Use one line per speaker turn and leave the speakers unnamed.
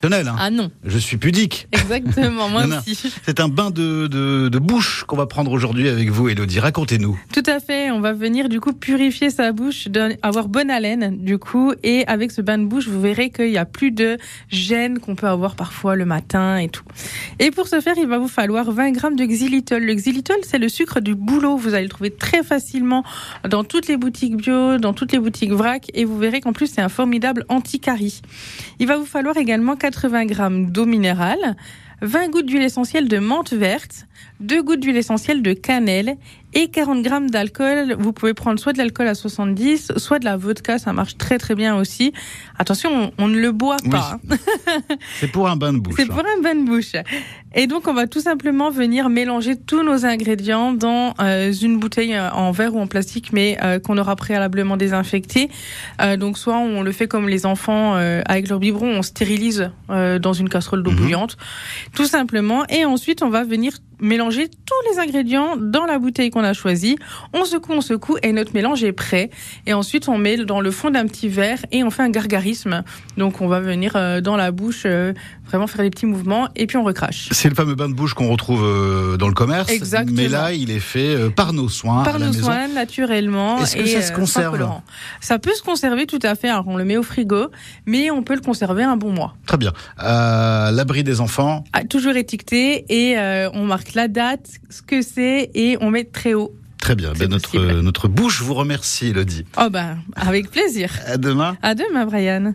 Personnel, hein.
Ah non,
Je suis pudique.
exactement, moi
Non, non.
aussi.
C'est un bain de, de- de bouche qu'on va prendre aujourd'hui avec vous, Elodie. Racontez-nous.
Tout à fait, on va venir du coup purifier sa bouche, don- avoir bonne haleine du coup, et avec ce bain de bouche, vous verrez qu'il n'y a plus de gêne qu'on peut avoir parfois le matin et tout. Et pour ce faire, il va vous falloir 20 grammes de xylitol. Le xylitol, c'est le sucre du boulot, vous allez le trouver très facilement dans toutes les boutiques bio, dans toutes les boutiques vrac, et vous verrez qu'en plus c'est un formidable anti-carie. Il va vous falloir également 80 grammes d'eau minérale, 20 gouttes d'huile essentielle de menthe verte, 2 gouttes d'huile essentielle de cannelle et 40 grammes d'alcool. Vous pouvez prendre soit de l'alcool à 70, soit de la vodka, ça marche très très bien aussi. Attention, on, on ne le boit
Oui.
pas. hein.
C'est pour un bain de bouche. hein.
C'est pour un bain de bouche. Et donc, on va tout simplement venir mélanger tous nos ingrédients dans euh, une bouteille euh, en verre ou en plastique, mais euh, qu'on aura préalablement désinfectée. Euh, donc, soit on le fait comme les enfants euh, avec leur biberon, on stérilise euh, dans une casserole d'eau
Mhm.
bouillante, tout simplement. Et ensuite, on va venir mélanger tous les ingrédients dans la bouteille qu'on a choisie. On secoue, on secoue, et notre mélange est prêt. Et ensuite, on met dans le fond d'un petit verre et on fait un gargarisme. Donc, on va venir euh, dans la bouche. euh, vraiment faire des petits mouvements et puis on recrache.
C'est le fameux bain de bouche qu'on retrouve euh, dans le commerce.
Exactement.
Mais là, il est fait euh, par nos soins à
Par
la
nos
maison.
soins, naturellement.
Est-ce que ça
et, euh,
se
sans
conserve
colorant. Ça peut se conserver tout à fait. Alors, on le met au frigo, mais on peut le conserver un bon mois.
Très bien. Euh, L'abri des enfants.
Ah, toujours étiqueté et euh, on marque la date, ce que c'est et on met très haut.
Très bien.
C'est
Ben, notre,
possible.
euh, notre bouche vous remercie, Elodie.
Oh ben, avec plaisir.
À demain.
À demain, Brian.